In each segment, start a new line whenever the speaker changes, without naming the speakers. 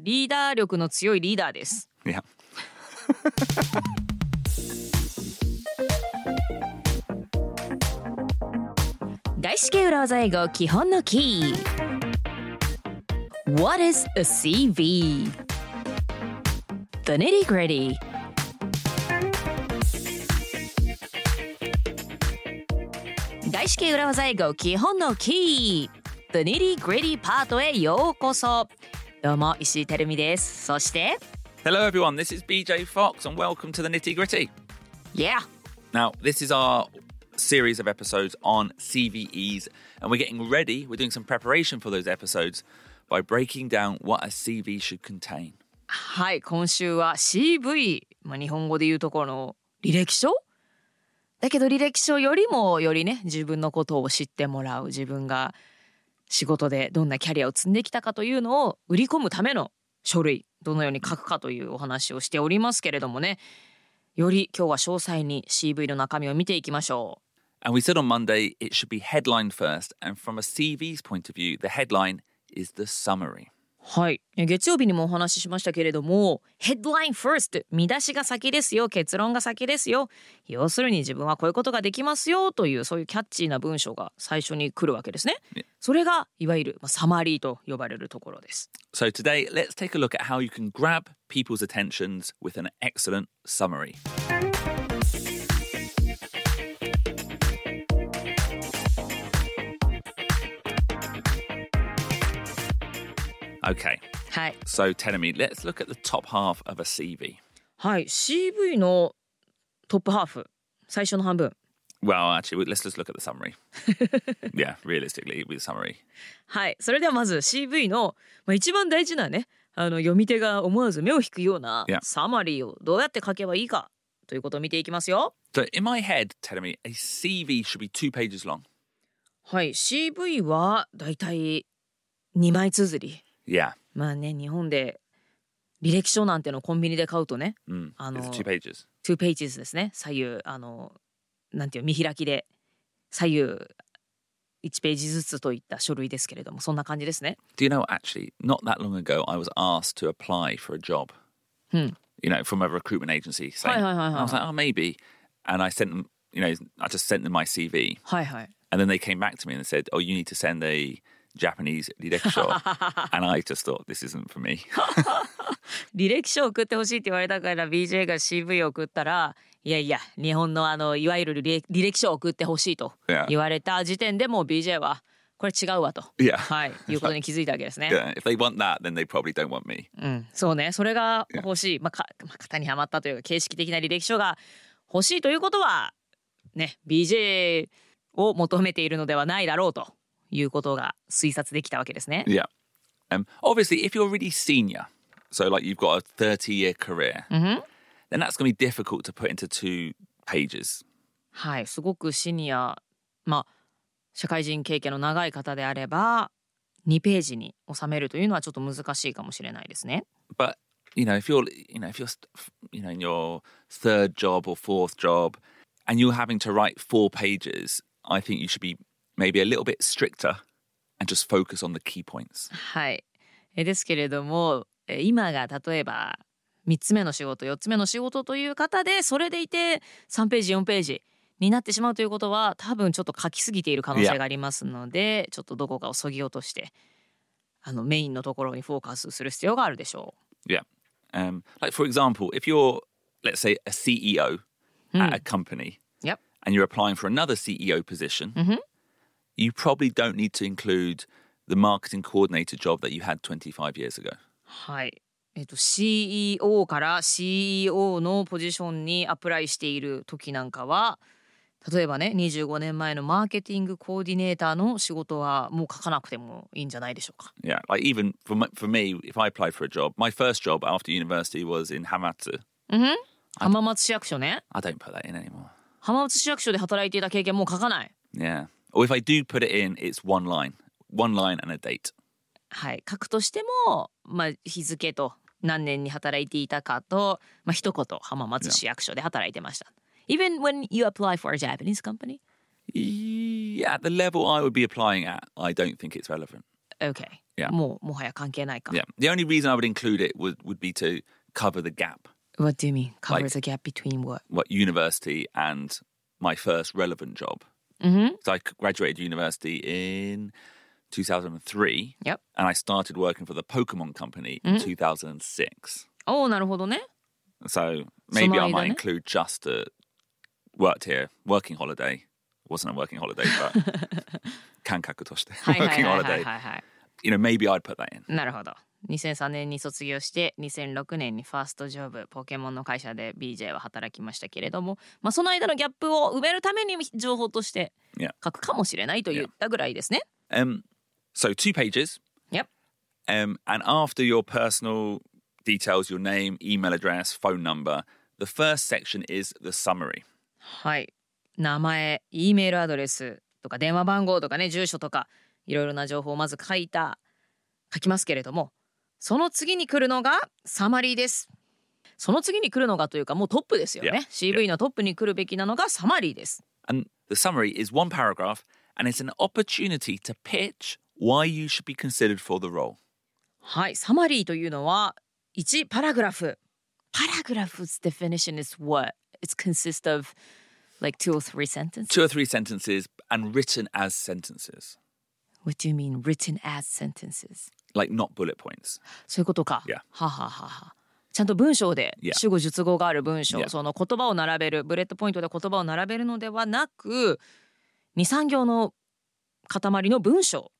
リーダー力の強いリーダーです。
いや
外資系裏技英語基本のキー What is a CV? The nitty gritty 外資系裏技英語基本のキー The nitty gritty パートへようこそどうも石井てるみですそして
Hello everyone, this is BJ Fox and welcome to the Nitty Gritty.
Yeah
Now, this is our series of episodes on CVEs, and we're getting ready. We're doing some preparation for those episodes by breaking down what a CV should contain.
はい今週は CV、まあ、日本語で言うところの履歴書だけど履歴書よりもよりね自分のことを知ってもらう自分が仕事でどんなキャリアを積んできたかというのを売り込むための書類どのように書くかというお話をしておりますけれどもねより今日は詳細に CV の中身を見ていきましょ
And we said on Monday it should be headline first, and from a CV's point of view, the headline is the summary.
うはいえ月曜日にもお話ししましたけれどもヘッドライン first 見出しが先ですよ結論が先ですよ要するに自分はこういうことができますよというそういうキャッチーな文章が最初に来るわけですね
ね
それがいわゆるまあサマリーと呼ばれるところです
So today, let's take a look at how you can grab people's attentions with an excellent summary. Okay,
はい
So, Tenemy, let's look at the top half of a CV.
はい CV のトップハーフ最初の半分
Well, actually, let's just look at the summary. yeah, realistically, with the summary.
はいそれではまず CV の、まあ、一番大事なねあの読み手が思わず目を引くようない
や
サマリーをどうやって書けばいいかということを見ていきますよ
So, in my head, Tenemy, a CV should be two pages long.
はい CV はだいたい2枚綴り
Yeah,
まあね日本で履歴書なんてのコンビニで買うとね
mm,
I
it's
know.
two pages.
2ページですね左右あのなんていう見開きで左右1ページずつといった書類ですけれどもそんな感じですね
Do you know, actually, not that long ago, I was asked to apply for a job,
Hmm.
you know, from a recruitment agency. Saying,
Hi, hi, hi, hi,
I was
hi.
like, oh, maybe. And I sent them, you know, I just sent them my CV.
はいはい
And then they came back to me and said, oh, you need to send a Japanese rirekusho. and I just thought, this isn't for me.
履歴書を送ってほしいって言われたから BJ が CV を送ったらいやいや日本のあのいわゆる履歴履歴書を送ってほしいと
Yeah.
言われた時点でもう BJ はこれ違うわと、
Yeah.
はい、いうことに気づいたわけですね。
Yeah, if they want that, then they probably don't want me.
うん、そうねそれが欲しい、まあ、かまあ型にはまったというか形式的な履歴書が欲しいということはね BJ を求めているのではないだろうということが推察できたわけですね。
Yeah. Um, obviously, if you're really senior, so like you've got a 30 year career, then that's going to be difficult to put into two pages.
はいすごくシニアまあ社会人経験の長い方であれば2ページに収めるというのはちょっと難しいかもしれないですね。
But you know, if you're you know if you're you know in your third job or fourth job, and you're having to write four pages, I think you should be maybe a little bit stricter and just focus on the key points.
はい、えですけれどもえ今が例えば3つ目の仕事4つ目の仕事という方でそれでいて3ページ4ページになってしまうということは多分ちょっと書きすぎている可能性がありますのでちょっとどこかをそぎ落としてあのメインのところにフォーカスする必要があるでしょ
Yeah. Um, like for example, if you're let's say a CEO at a company,
Yep.
and you're applying for another CEO position,
Mhm.
you probably don't need to include the marketing coordinator job that you had 25 years ago.
う。はいえっと、CEO から CEO のポジションにアプライしている時なんかは例えばね25年前のマーケティングコーディネーターの仕事はもう書かなくてもいいんじゃないでしょうか。
Yeah, like even for my, for me, if I applied for a job, my first job after university was in Hamatsu.
うん、浜松市役所ね
I don't put that in anymore.
浜松市役所で働いていた経験もう書かない
Yeah, or if I do put it in, it's one line, one line and a date.
はい書くとしても、まあ、日付と何年に働いていたかと、まあ、一言浜松市役所で働いてました Even when you apply for a Japanese company?
Yeah, at the level I would be applying at, I don't think it's relevant.
Okay.
Yeah.
もうもはや関係ないか。
Yeah. The only reason I would include it would, would be to cover the gap,
What do you mean? Cover
Like-
the gap between what?
what university and my first relevant job.
Mm-hmm.
So I c- graduated university in 2003
Yep.
and I started working for the Pokemon company in 2006.
おおなるほどね。
So maybe
Somalia,
I might
then?
include just a worked here, working holiday. Wasn't a working holiday, but kankaku
はいはい
working
はいはい
holiday.
はい、はい。
You know, maybe I'd put that in.
なるほど。2003年に卒業して2006年にファーストジョブポケモンの会社で BJ は働きましたけれども、まあ、その間のギャップを埋めるために情報として
いや
書くかもしれないと言ったぐらいですね。
Um, so two pages.
Yep.
Um, and after your personal details, your name, email address, phone number, the first section is the summary.
はい。名前、E メールアドレスとか電話番号とかね、住所とかいろいろな情報をまず書いた書きますけれども、その次に来るのがサマリーです。その次に来るのがというかもうトップですよね。
Yeah.
CV のトップに来るべきなのがサマリーです。
And the summary is one paragraph, and it's an opportunity to pitch why you should be considered for the role.
はい、サマリーというのは1パラグラフ。パラグラフ 's definition is what? It consists of like two or three sentences.
Two or three sentences and written as sentences,
What do you mean written as sentences?
like not bullet points.
そういうことか。
Yeah.
はははは。ちゃんと文章で
Yeah.
主語述語がある文章、
Yeah.
その言葉を並べるブレッドポイントで言葉を並べるのではなく23行の塊の文章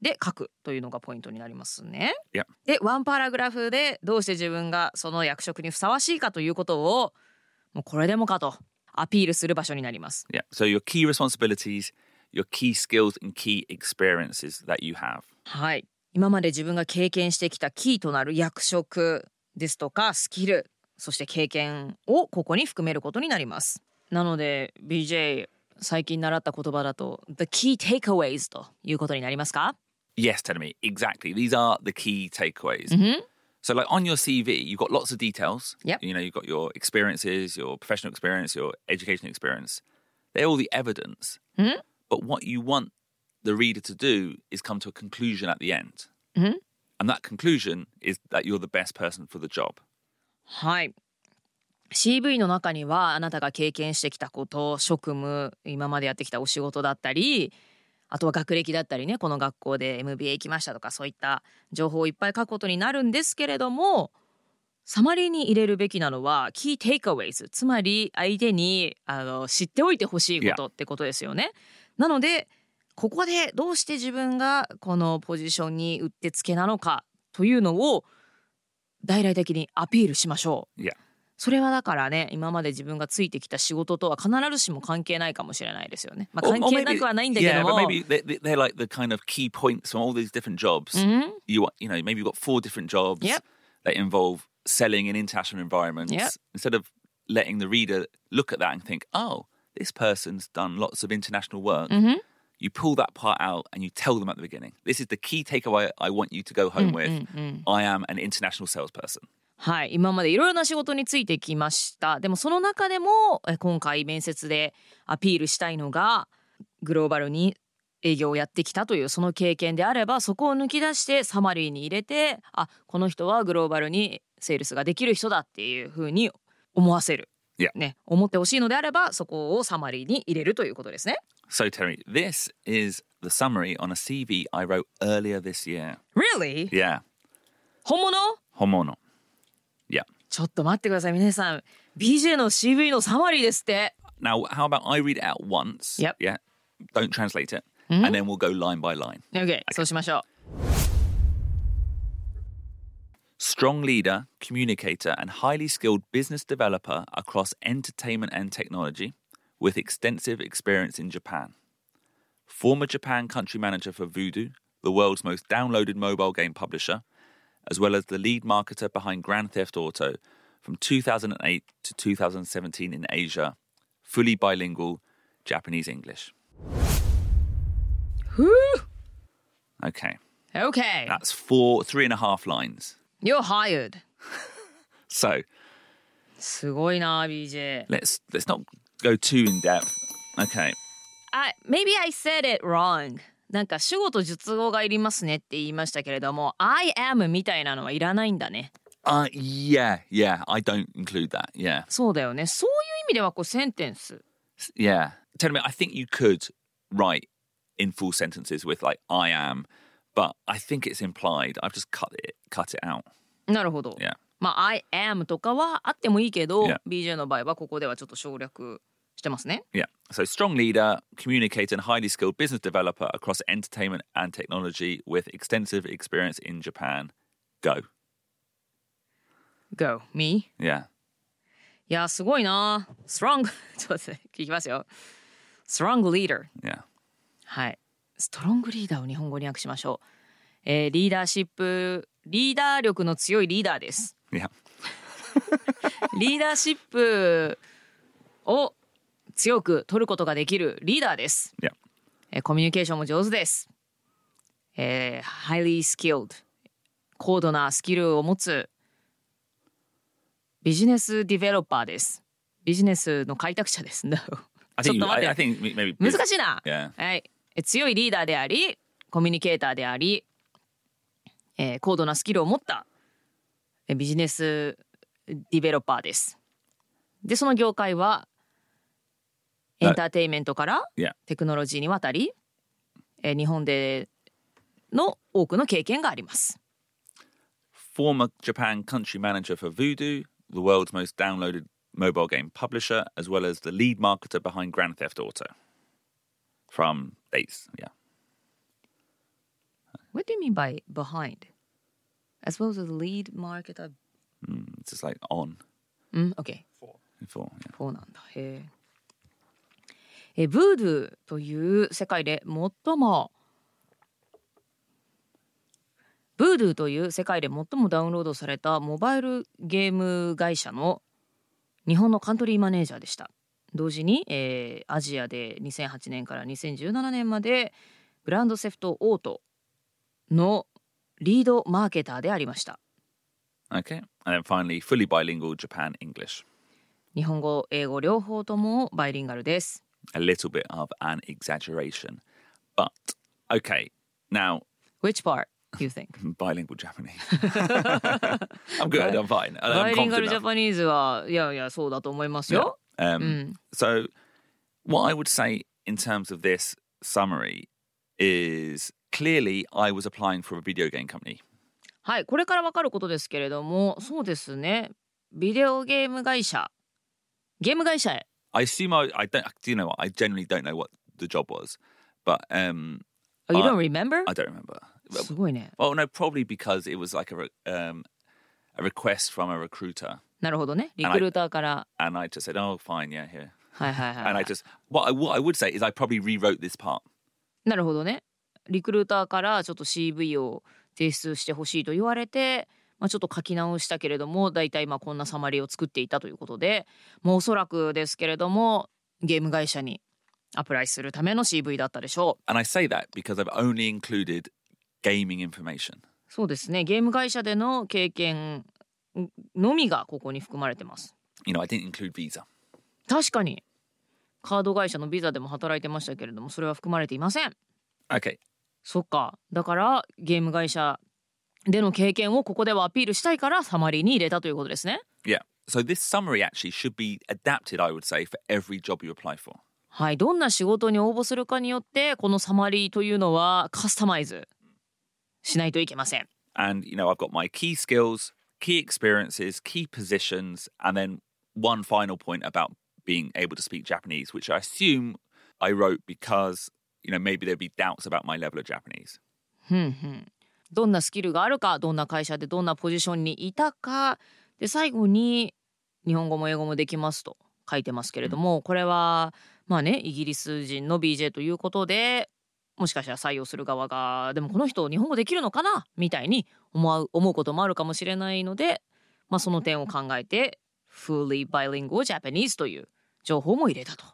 で書くというのがポイントになりますね。
Yeah.
でワンパラグラフでどうして自分がその役職にふさわしいかということをもうこれでもかとアピールする場所になります。
Yeah. So your key responsibilities, your key skills, and key experiences that you have.
はい今まで自分が経験してきたキーとなる役職ですとかスキルそして経験をここに含めることになりますなので BJ 最近習った言葉だと The key takeaways ということになりますか
Yes, Tenemy, exactly. These are the key takeaways. So, like on your CV, you've got lots of details.
Yep.
You know, you've got your experiences, your professional experience, your education experience. They're all the evidence. But what you want the reader to do is come to a conclusion at the end. And that conclusion is that you're the best person for the job.
はい CV の中にはあなたが経験してきたこと職務今までやってきたお仕事だったりあとは学歴だったりねこの学校で MBA 行きましたとかそういった情報をいっぱい書くことになるんですけれどもサマリーに入れるべきなのはキーテイクアウェイズつまり相手にあの知っておいてほしいことってことですよね。なのでここでどうして自分がこのポジションにうってつけなのかというのを大々的にアピールしましょう。
Yeah.
それはだからね今まで自分がついてきた仕事とは必ずしも関係ないかもしれないですよね。まあ、
Or-
関
or
係なくはないんだけ
yeah,
ども。
but maybe they, they- they're like the kind of key points from all these different jobs.
Mhm.
You want, you know, maybe you've got four different jobs
Yep.
that involve selling in international environments.
Yep.
Instead of letting the reader look at that and think, oh, this person's done lots of
Mm.
international work. You pull that part out and you tell them at the beginning. This is the key takeaway I want you to go home
Mm-hmm.
with. I am an international salesperson.
はい、今までいろいろな仕事についてきましたでもその中でもえ今回面接でアピールしたいのがグローバルに営業をやってきたというその経験であればそこを抜き出してサマリーに入れてあこの人はグローバルにセールスができる人だっていうふうに思わせる、
Yeah.
ね、思ってほしいのであればそこをサマリーに入れるということですね。
So, Terry, this is the summary on a CV I wrote earlier this year.
Really?
Yeah.
本物
Homono. Yeah.
ちょっと待ってください皆さん BJ の CV のサマリーですって。
Now, how about I read it out once?
Yep.
Yeah. Don't translate it. And then we'll go line by line.
Okay, そうしましょう。
Strong leader, communicator, and highly skilled business developer across entertainment and technology with extensive experience in Japan. Former Japan country manager for Voodoo, the world's most downloaded mobile game publisher, as well as the lead marketer behind Grand Theft Auto from 2008 to 2017 in Asia, fully bilingual, Japanese English.
ふう
Okay.
Okay.
That's four, three and a half lines.
You're hired.
So
すごいな、BJ.
let's let's not go too in depth. Okay.
I, maybe I said it wrong. なんか主語と述語がいりますねって言いましたけれども I am みたいなのはいらないんだね
Uh, yeah, yeah. I don't include that. Yeah,
そうだよねそういう意味ではこうセンテンス
S- yeah. Tell me, I think you could write in full sentences with like "I am," but I think it's implied. I've just cut it, cut it out.
なるほど
Yeah.
まあ I am とかはあってもいいけど、
Yeah.
BJ の場合はここではちょっと省略してますね
Yeah. So, strong leader, communicator, and highly skilled business developer across entertainment and technology with extensive experience in Japan. Go.
Go me
Yeah.
いやすごいな strong ちょっと待って聞きますよ strong leader
Yeah.
はい。ストロングリーダーを日本語に訳しましょう。えーリーダーシップ、リーダー力の強いリーダーです。
Yeah.
リーダーシップを強く取ることができるリーダーです。
Yeah.
えーコミュニケーションも上手です。えー、highly skilled 高度なスキルを持つビジネスディベロッパーです。ビジネスの開拓者です。No.
I
ちょっ
think,
と
you,
待って
I, I think m- maybe.
難しいな。
Yeah.
はい、え強いリーダーでありコミュニケーターであり、えー高度なスキルを持ったえビジネスディベロッパーです。でその業界はエンターテインメントから
いや
テクノロジーに渡り、えー日本での多くの経験があります。
Former Japan country manager for Voodoo, the world's most downloaded mobile game publisher, as well as the lead marketer behind Grand Theft Auto. From dates. Yeah.
What do you mean by behind? As well as the lead marketer.
It's just like on
うん、OK。
before. Yeah.
そうなんだへええブードゥーという世界で最もブードゥーという世界で最もダウンロードされたモバイルゲーム会社の日本のカントリーマネージャーでした同時に、えーアジアで2008年から2017年までグランドセフトオートのリードマーケターでありました
Okay. And then finally, fully bilingual Japan English.
日本語英語両方ともバイリンガルです
a little bit of an exaggeration. But okay, now
Which part do you think?
bilingual Japanese. I'm good. I'm fine. I'm
バイリンガル
confident
ジャ
enough.
パニーズはいやいやそうだと思います
Yeah.
よ。
Um,
うん、
So, what I would say in terms of this summary is clearly I was applying for a video game company.
はいこれからわかることですけれどもそうですねビデオゲーム会社ゲーム会社へ
I assume I, I don't. Do you know what? I generally don't know what the job was, but um,
Oh, You
あ
don't remember?
I don't remember.
すごいね。
Well, no, probably because it was like a re- um, a request from a recruiter,
なるほどねリクルーターから。
and I just said, "Oh, fine, yeah, here."
はいはいはい
and I just what I, what I would say is I probably rewrote this part.
なるほどねリクルーターからちょっと CV を提出してほしいと言われて、まあ、ちょっと書き直したけれども大体まあこんなサマリーを作っていたということでもうおそらくですけれどもゲーム会社にアプライするための CV だったでしょう
And I say that because I've only included gaming information.
そうですねゲーム会社での経験のみがここに含まれてます
You know, I didn't include Visa.
確かにカード会社のビザでも働いてましたけれどもそれは含まれていません
Okay.
そっかだからゲーム会社での経験をここではアピールしたいからサマリーに入れたということですね
Yeah. So this summary actually should be adapted, I would say, for every job you apply for.
はいどんな仕事に応募するかによってこのサマリーというのはカスタマイズしないといけません
And you know, I've got my key skills, key experiences, key positions, and then one final point about being able to speak Japanese, which I assume I wrote because you know maybe there'd be doubts about my level of Japanese.
ふんふんどんなスキルがあるかどんな会社でどんなポジションにいたかで最後に日本語も英語もできますと書いてますけれども、これはまあねイギリス人の BJ ということでもしかしたら採用する側がでもこの人日本語できるのかなみたいに思う思うこともあるかもしれないので、まあ、その点を考えて Fully Bilingual Japanese という情報も入れたと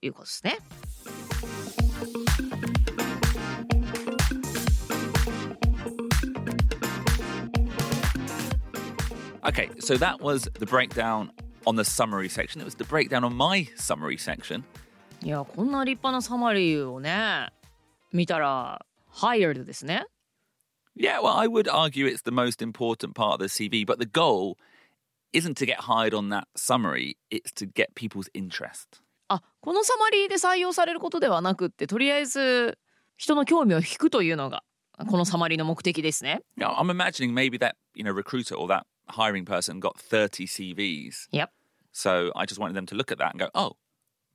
いうことですね。
Okay, so that was the breakdown on the summary section. It was the breakdown on my summary section.
いやこんな立派なサマリーをね見たら hired ですね。
Yeah, well, I would argue it's the most important part of the CV, but the goal isn't to get hired on that summary, it's to get people's interest.
あこのサマリーで採用されることではなくってとりあえず人の興味を引くというのがこのサマリーの目的ですね。
Now, I'm imagining maybe that, you know, recruiter or that hiring person got 30 CVs.
Yep.
So I just wanted them to look at that and go, oh,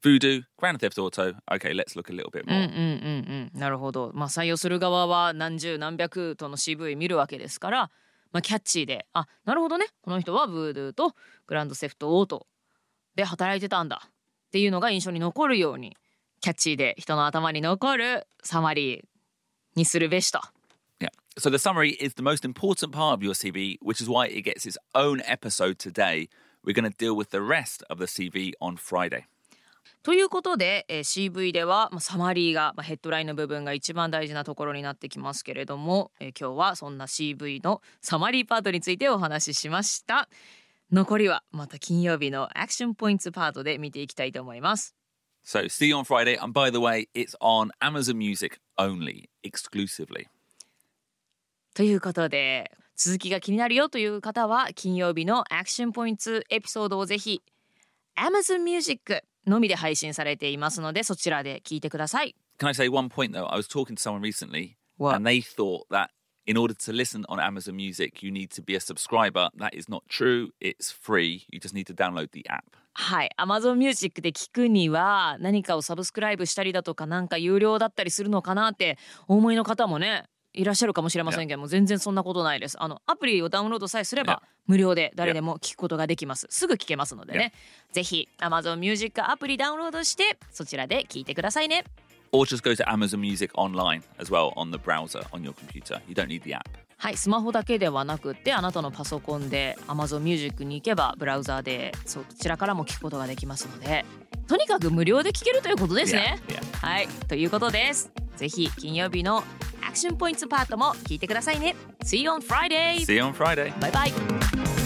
Voodoo, Grand Theft Auto. Okay, let's look a little bit
うんうん
more.
うんうんなるほど、まあ、採用する側は何十何百との CV 見るわけですから、まあ、キャッチーであなるほどねこの人はブードゥーとグランドセフトオートで働いてたんだっていうのが印象に残るようにキャッチーで人の頭に残るサマリーにするべしと。
Yeah. So the summary is the most important part of your CV, which is why it gets its own episode today. We're going to deal with the rest of the CV on Friday.
ということで、えー CV では、まあ、サマリーが、まあ、ヘッドラインの部分が一番大事なところになってきますけれども、えー今日はそんな CV のサマリーパートについてお話ししました残りはまた金曜日のアクションポイントパートで見ていきたいと思います
So see you on Friday. And by the way, it's on Amazon Music only, exclusively.
ということで続きが気になるよという方は金曜日のアクションポイントエピソードをぜひ Amazon Music のみで配信されていますのでそちらで聞いてください
Can I say one point though? I was talking to someone recently
What?
and they thought that in order to listen on Amazon Music, you need to be a subscriber. That is not true. It's free. You just need to download the app.
はい、Amazon Music で聞くには何かをサブスクライブしたりだとかなんか有料だったりするのかなってお思いの方もねいらっしゃるかもしれませんけども全然そんなことないですあのアプリをダウンロードさえすれば無料で誰でも聞くことができますすぐ聞けますのでねぜひ Amazon Music アプリダウンロードしてそちらで聞いてくださいね
Or just go to Amazon Music online as well on the browser on your computer. You don't need the app.
はい、スマホだけではなくってあなたのパソコンで Amazon Music に行けばブラウザーでそちらからも聞くことができますのでとにかく無料で聞けるということですね
Yeah, yeah.
はい、ということですぜひ金曜日のアクションポイントパートも聞いてくださいね See you on Friday!
See you on Friday.
バイバイ